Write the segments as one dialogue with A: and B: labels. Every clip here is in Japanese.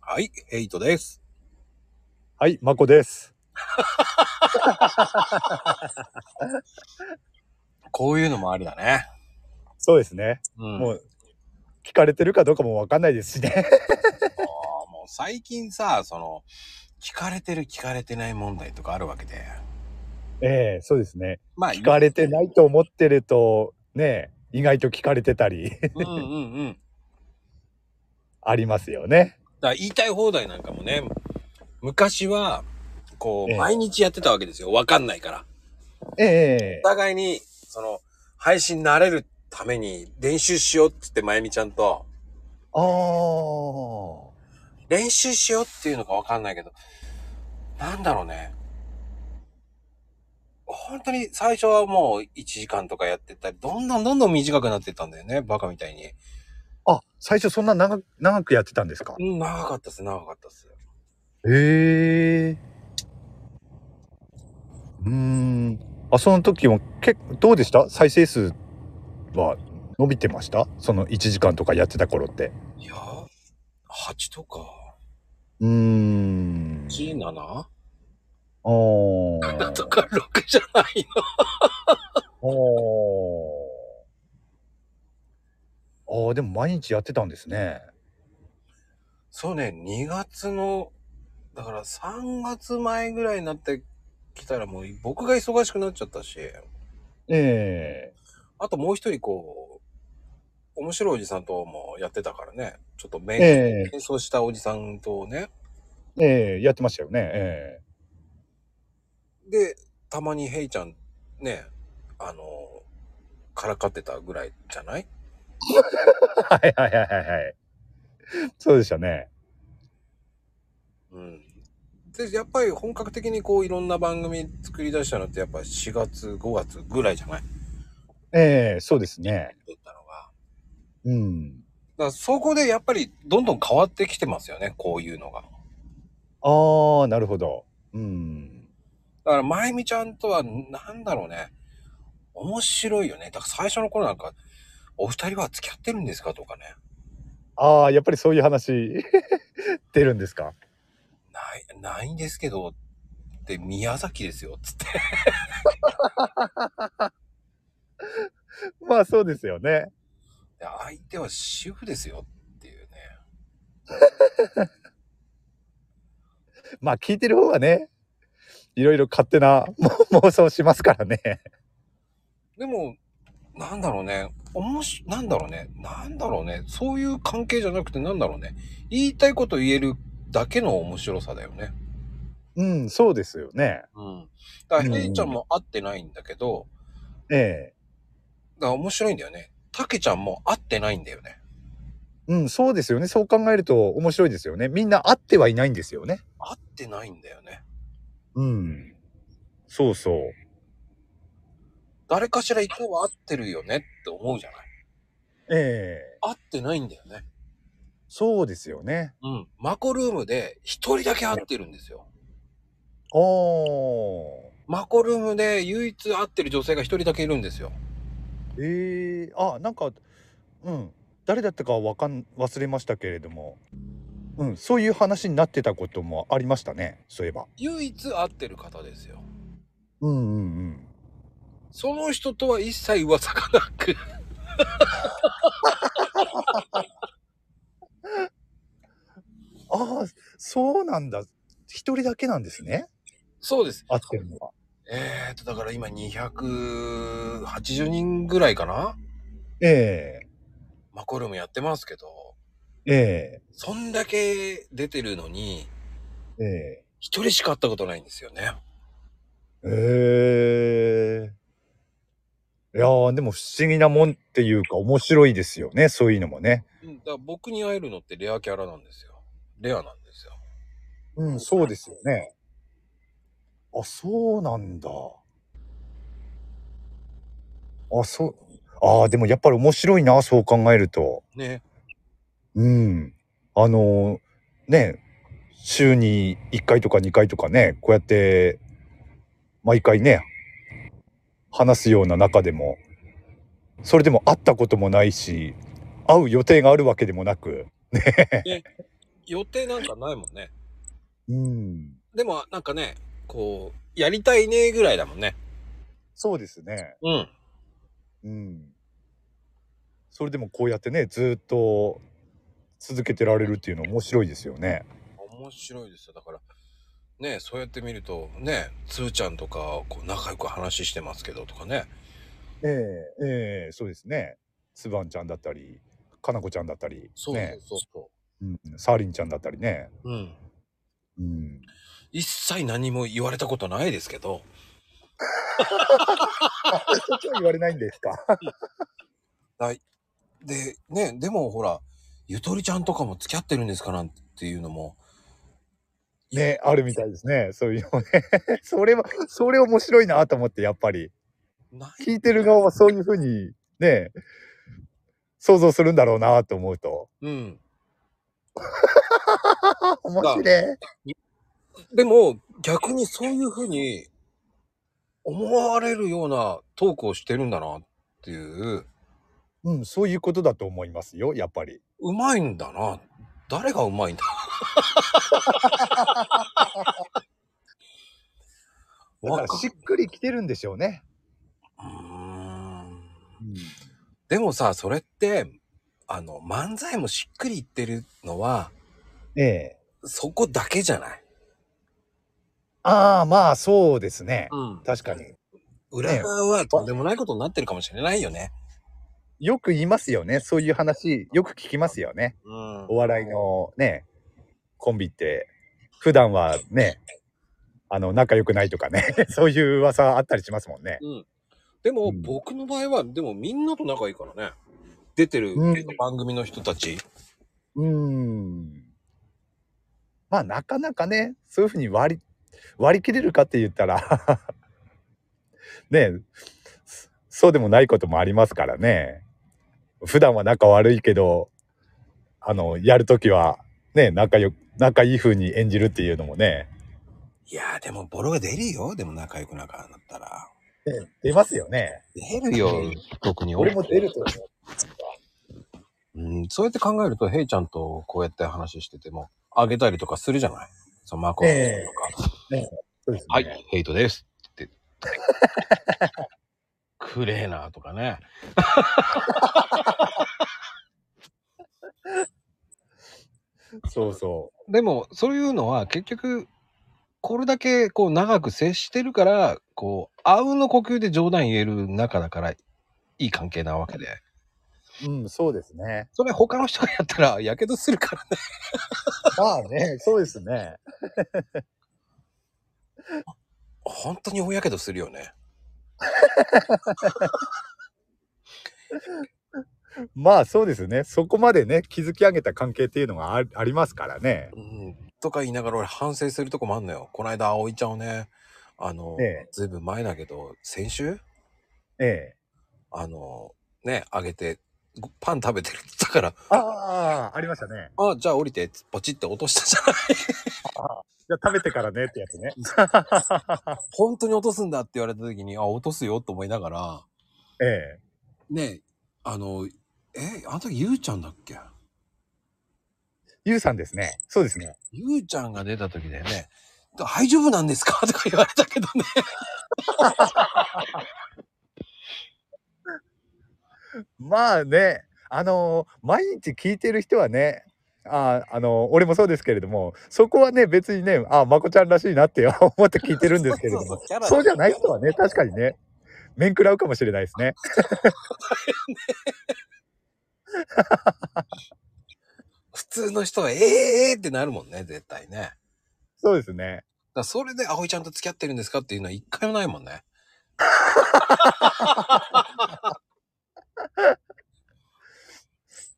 A: はい、ヘイトです。
B: はい、まこです。
A: こういうのもありだね。
B: そうですね。
A: うん
B: もう、聞かれてるかどうかもわかんないですしね。
A: あーもう最近さ、その、聞かれてる聞かれてない問題とかあるわけで。
B: ええそうですね。
A: まあ、
B: 聞かれてないと思ってると、ねえ、意外と聞かれてたり
A: うんうんうん。だか
B: ありますよね。
A: ら言いたい放題なんかもね、昔は、こう、
B: ええ
A: 毎日やってたわけですよ。わかんないから。
B: ええ
A: お互いに、その、配信慣れるために練習しようって言って、まゆみちゃんと、
B: ああ。
A: 練習しようっていうのかわかんないけど、なんだろうね。本当に最初はもう1時間とかやってたり、どんどんどんどん短くなってったんだよね、バカみたいに。
B: あ、最初そんな長く長くやってたんですか
A: うん、長かったっす、長かったっす。
B: ええうーん。あ、その時も結構、どうでした再生数は伸びてましたその1時間とかやってた頃って。
A: いや、8とか、
B: うーん。
A: 1、7?
B: あー
A: とか6じゃないの。
B: あーあー、でも毎日やってたんですね。
A: そうね、2月の、だから3月前ぐらいになってきたらもう僕が忙しくなっちゃったし。
B: ええ
A: あともう一人こう、面白いおじさんともやってたからね。ちょっと面、
B: え
A: 演奏したおじさんとね。
B: えええやってましたよね。え
A: で、たまにヘイちゃん、ね、あの、からかってたぐらいじゃない
B: えはいはいはいはいはい。そうでしたね。
A: うん。で、やっぱり本格的にこういろんな番組作り出したのってやっぱ4月、5月ぐらいじゃない
B: ええそうですね。
A: だったのが。
B: うん。
A: だからそこでやっぱりどんどん変わってきてますよね、こういうのが。
B: ああ、なるほど。うん。
A: だから、まゆみちゃんとは、なんだろうね。面白いよね。だから最初の頃なんか、お二人は付き合ってるんですかとかね。
B: ああ、やっぱりそういう話 出るんですか
A: ない、ないんですけど、って宮崎ですよ、つって。
B: まあそうですよね。
A: で相手は主婦ですよ、っていうね。
B: まあ聞いてる方はね、いろいろ勝手な 妄妄想しますからね。
A: でも、なんだろうね。おもし、なんだろうね。なんだろうね。そういう関係じゃなくて、なんだろうね。言いたいこと言えるだけの面白さだよね。
B: うん、そうですよね。
A: うん。だから、
B: うん
A: ヘイちゃんも会ってないんだけど、
B: ええ
A: だから面白いんだよね。たけちゃんも会ってないんだよね。
B: うん、そうですよね。そう考えると面白いですよね。みんな会ってはいないんですよね。
A: 合ってないんだよね。
B: うん。そうそう。
A: 誰かしら一回は合ってるよねって思うじゃない。
B: ええ
A: 合ってないんだよね。
B: そうですよね。
A: うん。マコルームで一人だけ合ってるんですよ。
B: あー。
A: マコルームで唯一合ってる女性が一人だけいるんですよ。
B: ええあ、なんか、うん。誰だったかはわかん、忘れましたけれども。うん、そういう話になってたこともありましたね。そういえば。
A: 唯一合ってる方ですよ。
B: うんうんうん。
A: その人とは一切噂がなく。
B: ああ、そうなんだ。一人だけなんですね。
A: そうです。
B: 会ってるのは。
A: えーと、だから今280人ぐらいかな
B: え
A: マコルームやってますけど、
B: ええ
A: そんだけ出てるのに、
B: ええ
A: 一人しか会ったことないんですよね。
B: ええいやーでも不思議なもんっていうか面白いですよねそういうのもね。
A: うん、だから僕に会えるのってレアキャラなんですよ。レアなんですよ。
B: うんそうですよね。あそうなんだ。あそうあーでもやっぱり面白いなそう考えると。
A: ね。
B: うん。あのーね週に1回とか2回とかねこうやって毎回ね話すような中でもそれでも会ったこともないし会う予定があるわけでもなく
A: 予定なんかないもんね。
B: うん。
A: でも、なんかね、こう、やりたいねぐらいだもんね。
B: そうですね。
A: うん。
B: うん。それでもこうやってね、ずっと続けてられるっていうの面白いですよね。
A: 面白いですよ。だから、ね、そうやって見ると、ね、つーちゃんとか、こう、仲良く話してますけどとかね。
B: ええええそうですね。つばんちゃんだったり、かなこちゃんだったり、
A: そう
B: ね、
A: そうそ
B: うん、サーリンちゃんだったりね。
A: う。うん。
B: うん。
A: 一切何も言われたことないですけど、
B: そっちは言われないんですか
A: で、ね、でもほら、ゆとりちゃんとかも付き合ってるんですかなんていうのも、
B: ね、あるみたいですね。そういうのね。 それは、それ面白いなと思って、やっぱり。
A: ない
B: 聞いてる側はそういうふうに、ね、想像するんだろうなと思うと。
A: うん。
B: あ、 面白い。
A: でも、逆にそういうふうに思われるようなトークをしてるんだなっていう、
B: うん、そういうことだと思いますよ、やっぱり。
A: うまいんだな。誰がうまいんだ
B: だから
A: わか
B: しっくりきてるんでしょうね。
A: うーん
B: うん、
A: でもさ、それって、あの、漫才もしっくりいってるのは、
B: ええ。
A: そこだけじゃない。
B: ああ、まあそうですね。
A: うん。
B: 確かに。
A: 裏側はとんでもないことになってるかもしれないよね。
B: よく言いますよね。そういう話、よく聞きますよね。
A: うん
B: お笑いのね、コンビって、普段はね、あの、仲良くないとかね、 そういう噂あったりしますもんね。
A: うん。でも、
B: うん
A: 僕の場合は、でもみんなと仲いいからね。出てる
B: うん
A: 番組の人たち。
B: うーん。まあ、なかなかね、そういうふうに割り、割り切れるかって言ったら、 ねえ、そそうでもないこともありますからね。普段は仲悪いけど、あの、やるときは、ね、仲よ、仲いい風に演じるっていうのもね、
A: いやー、でもボロが出るよ。でも仲良くなかったら。
B: 出ますよね。
A: 出るよ。特に
B: 俺も出ると思う。
A: うん、そうやって考えると、ヘイちゃんとこうやって話してても、あげたりとかするじゃないそのマコさんとか。
B: そうですね。
A: はい、ヘイトですって 言って。くれえなとかね。
B: そうそ
A: でも、そういうのは結局、これだけこう長く接してるから、こう、あうんの呼吸で冗談言える仲だから、いい関係なわけで。
B: う。うん、そうですね。
A: それ他の人がやったら、やけどするからね。
B: まあね、 そうですね。
A: 本当に大やけどするよね。
B: まあそうですね。そこまでね、築き上げた関係っていうのがあありますからね。
A: うん、とか言いながら俺反省するとこもあんのよ。この間、葵ちゃんをね、あの、
B: ええ
A: ずいぶん前だけど、先週
B: ええ。
A: あの、ね、あげて、ごパン食べてるって言ったから、
B: ああ、ありましたね。
A: あ、じゃあ降りて、ポチって落としたじゃない。
B: じゃあ食べてからねってやつね。
A: 本当に落とすんだって言われた時に、あ、落とすよと思いながら、
B: ええ。
A: ね、あの、え、あの時ゆうちゃんだっけ
B: ゆうさんですね。そうですね。
A: ゆうちゃんが出た時だよね、大丈夫なんですかとか言われたけどね。
B: まあね、あのー毎日聞いてる人はね、あーあのー俺もそうですけれども、そこはね、別にね、あーまこちゃんらしいなって 思って聞いてるんですけれど
A: そう
B: も
A: そうキャラ、だ
B: そうじゃない人はね、確かにね、面食らうかもしれないですね。
A: 普通の人は、ええー、ってなるもんね、絶対ね。だか
B: そうですね。
A: らそれで、葵ちゃんと付き合ってるんですかっていうのは一回もないもんね。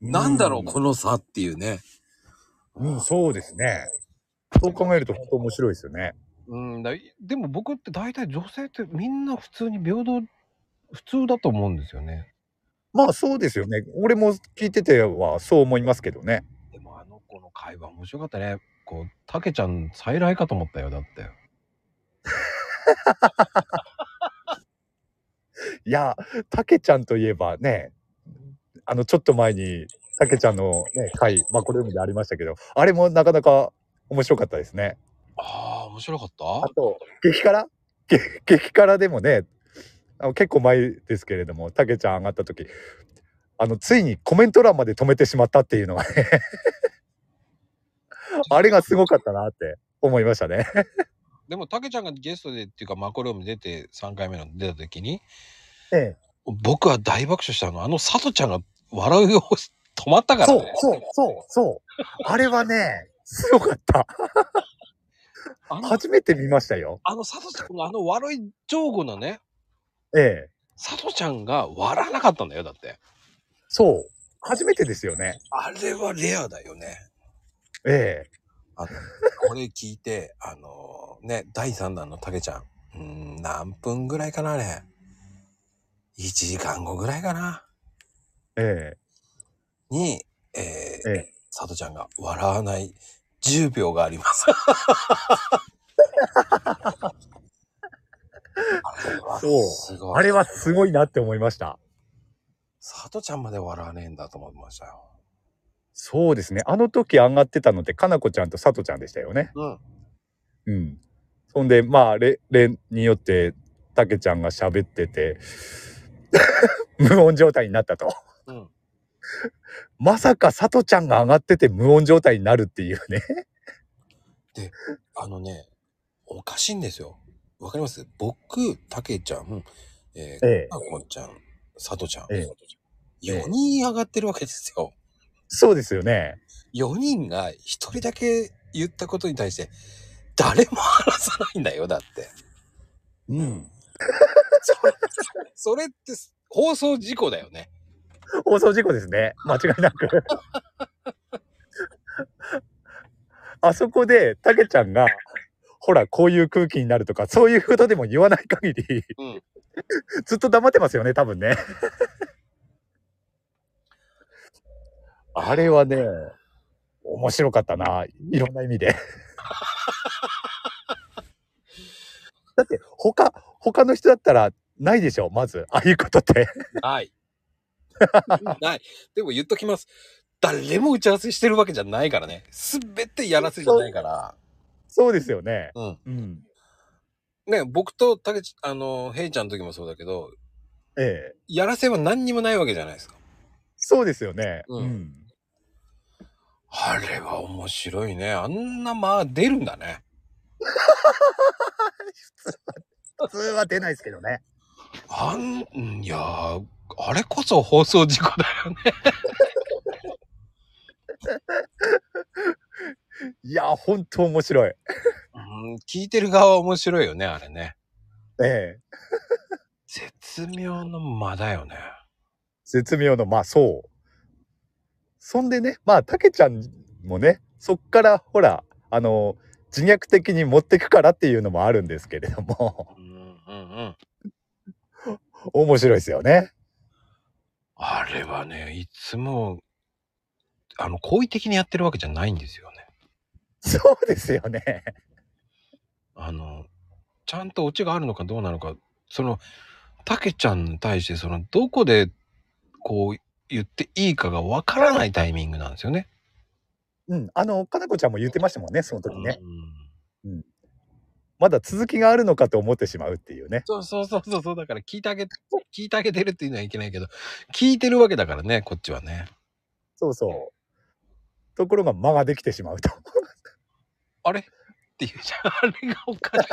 A: なんだろう、この差っていうね。
B: うん、そうですね。そう考えると本当面白いですよね。
A: うんだいでも僕って大体女性ってみんな普通に平等普通だと思うんですよね
B: まあそうですよね。俺も聞いててはそう思いますけどね。
A: でもあの子の会話面白かったねこうたけちゃん再来かと思ったよだって
B: いや、たけちゃんといえばね、あのちょっと前に、たけちゃんのね、回、まあこれもでありましたけど、あれもなかなか面白かったですね。
A: ああ、面白かった
B: あと、激辛げ激辛でもね、あの結構前ですけれども、たけちゃん上がった時、あの、ついにコメント欄まで止めてしまったっていうのがね、あれがすごかったなって思いましたね。
A: でも、たけちゃんがゲストでっていうか、マコルーム出て3回目の出た時に、
B: ええ
A: 僕は大爆笑したのは、あの佐藤ちゃんが笑うよう止まったから
B: そう
A: ね。
B: そうそうそう。あれはね、 すごかった。
A: あの
B: 初めて見ましたよ。
A: あの佐藤ちゃんのあの悪いジョーゴのね、
B: ええ。
A: 佐藤ちゃんが笑わなかったんだよ、だって。
B: そう。初めてですよね。
A: あれはレアだよね。
B: ええ。
A: あのこれ聞いて、あのね、第3弾のたけちゃん。うーん、何分ぐらいかな、あれ。1時間後ぐらいかな。
B: え
A: に、えー
B: ええ
A: 佐藤ちゃんが笑わない10秒があり ます。あれは
B: そう
A: す
B: え。
A: ごい。
B: あれはすごいなって思いました。
A: 佐藤ちゃんまで笑わねえんだと思いましたよ。
B: そうですね。あの時上がってたのって、かなこちゃんとさとちゃんでしたよね。
A: うん。
B: うん。そんで、まあ、れ例によって、たけちゃんが喋ってて、 無音状態になったと。
A: うん。
B: まさかさとちゃんが上がってて無音状態になるっていうね。
A: あのね、おかしいんですよ。わかります僕、たけちゃん、えー、
B: ええ
A: か。こちゃん、佐藤ちゃん。
B: ええ
A: 4人上がってるわけですよ。
B: そうですよね。
A: 4人が1人だけ言ったことに対して、誰も話さないんだよ、だって。
B: うん。
A: それそれって放送事故だよね。
B: 放送事故ですね。間違いなく。 あそこで、たけちゃんが、ほら、こういう空気になるとか、そういうことでも言わない限り、
A: うん
B: ずっと黙ってますよね、多分ね。あれはね、面白かったな。いろんな意味で。 だって、他、他の人だったら、ないでしょ、まず。ああいうことって。
A: はい。ない。でも言っときます。誰も打ち合わせしてるわけじゃないからね。すべてやらせじゃないから。
B: そうですよね。
A: うん。
B: うん。
A: ね、僕とたけち、あの、へいちゃんの時もそうだけど、
B: ええ、
A: やらせは何にもないわけじゃないですか。
B: そうですよね。
A: うんあれは面白いね。あんな間出るんだね。
B: 普通は出ないですけどね。
A: あん、いやー、あれこそ放送事故だよね。
B: いや、本当面白い。
A: うん、聞いてる側は面白いよね、あれね。
B: ええ、
A: 絶妙の間だよね。
B: 絶妙の、まあ、そう。そんでね、まあ、たけちゃんもね、そっから、ほら、あの、自虐的に持ってくからっていうのもあるんですけれども、
A: うんうんうん。
B: 面白いですよね。
A: あれはね、いつも、あの、好意的にやってるわけじゃないんですよね。
B: そうですよね。
A: あの、ちゃんとオチがあるのかどうなのか、その、たけちゃんに対して、その、どこで、こう、言っていいかがわからないタイミングなんですよね。
B: うん、あの、かなこちゃんも言ってましたもんね、その時ね。
A: うん
B: まだ続きがあるのかと思ってしまうっていうね。
A: そうそうそうそうそう、だから聞いてあげ、聞いてあげてるっていうのはいけないけど、聞いてるわけだからね、こっちはね。
B: そうそう。ところが間ができてしまうと。
A: あれっていうじゃん、あれがおかしい。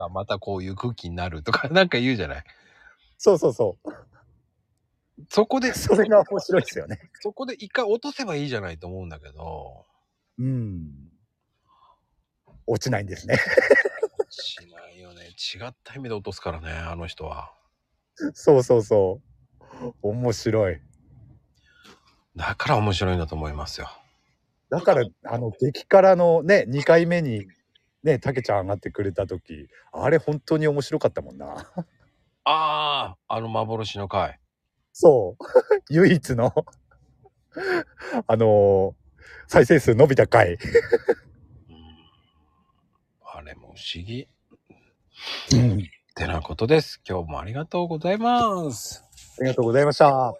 A: あまたこういう空気になるとか、なんか言うじゃない。
B: そうそうそう。
A: そこで、
B: それが面白いですよね。
A: そこで一回落とせばいいじゃないと思うんだけど、
B: うん。落ちないんですね。
A: しないよね。違った意味で落とすからね、あの人は。
B: そうそうそう。面白い。
A: だから面白いんだと思いますよ。
B: だから、あの、激辛のね、2回目に、ね、たけちゃん上がってくれた時、あれ本当に面白かったもんな。
A: ああ、あの幻の回。
B: そう。 唯一の、あのー再生数伸びた回。
A: うんあれも不思議。
B: うん。
A: ってなことです。今日もありがとうございます。
B: ありがとうございました。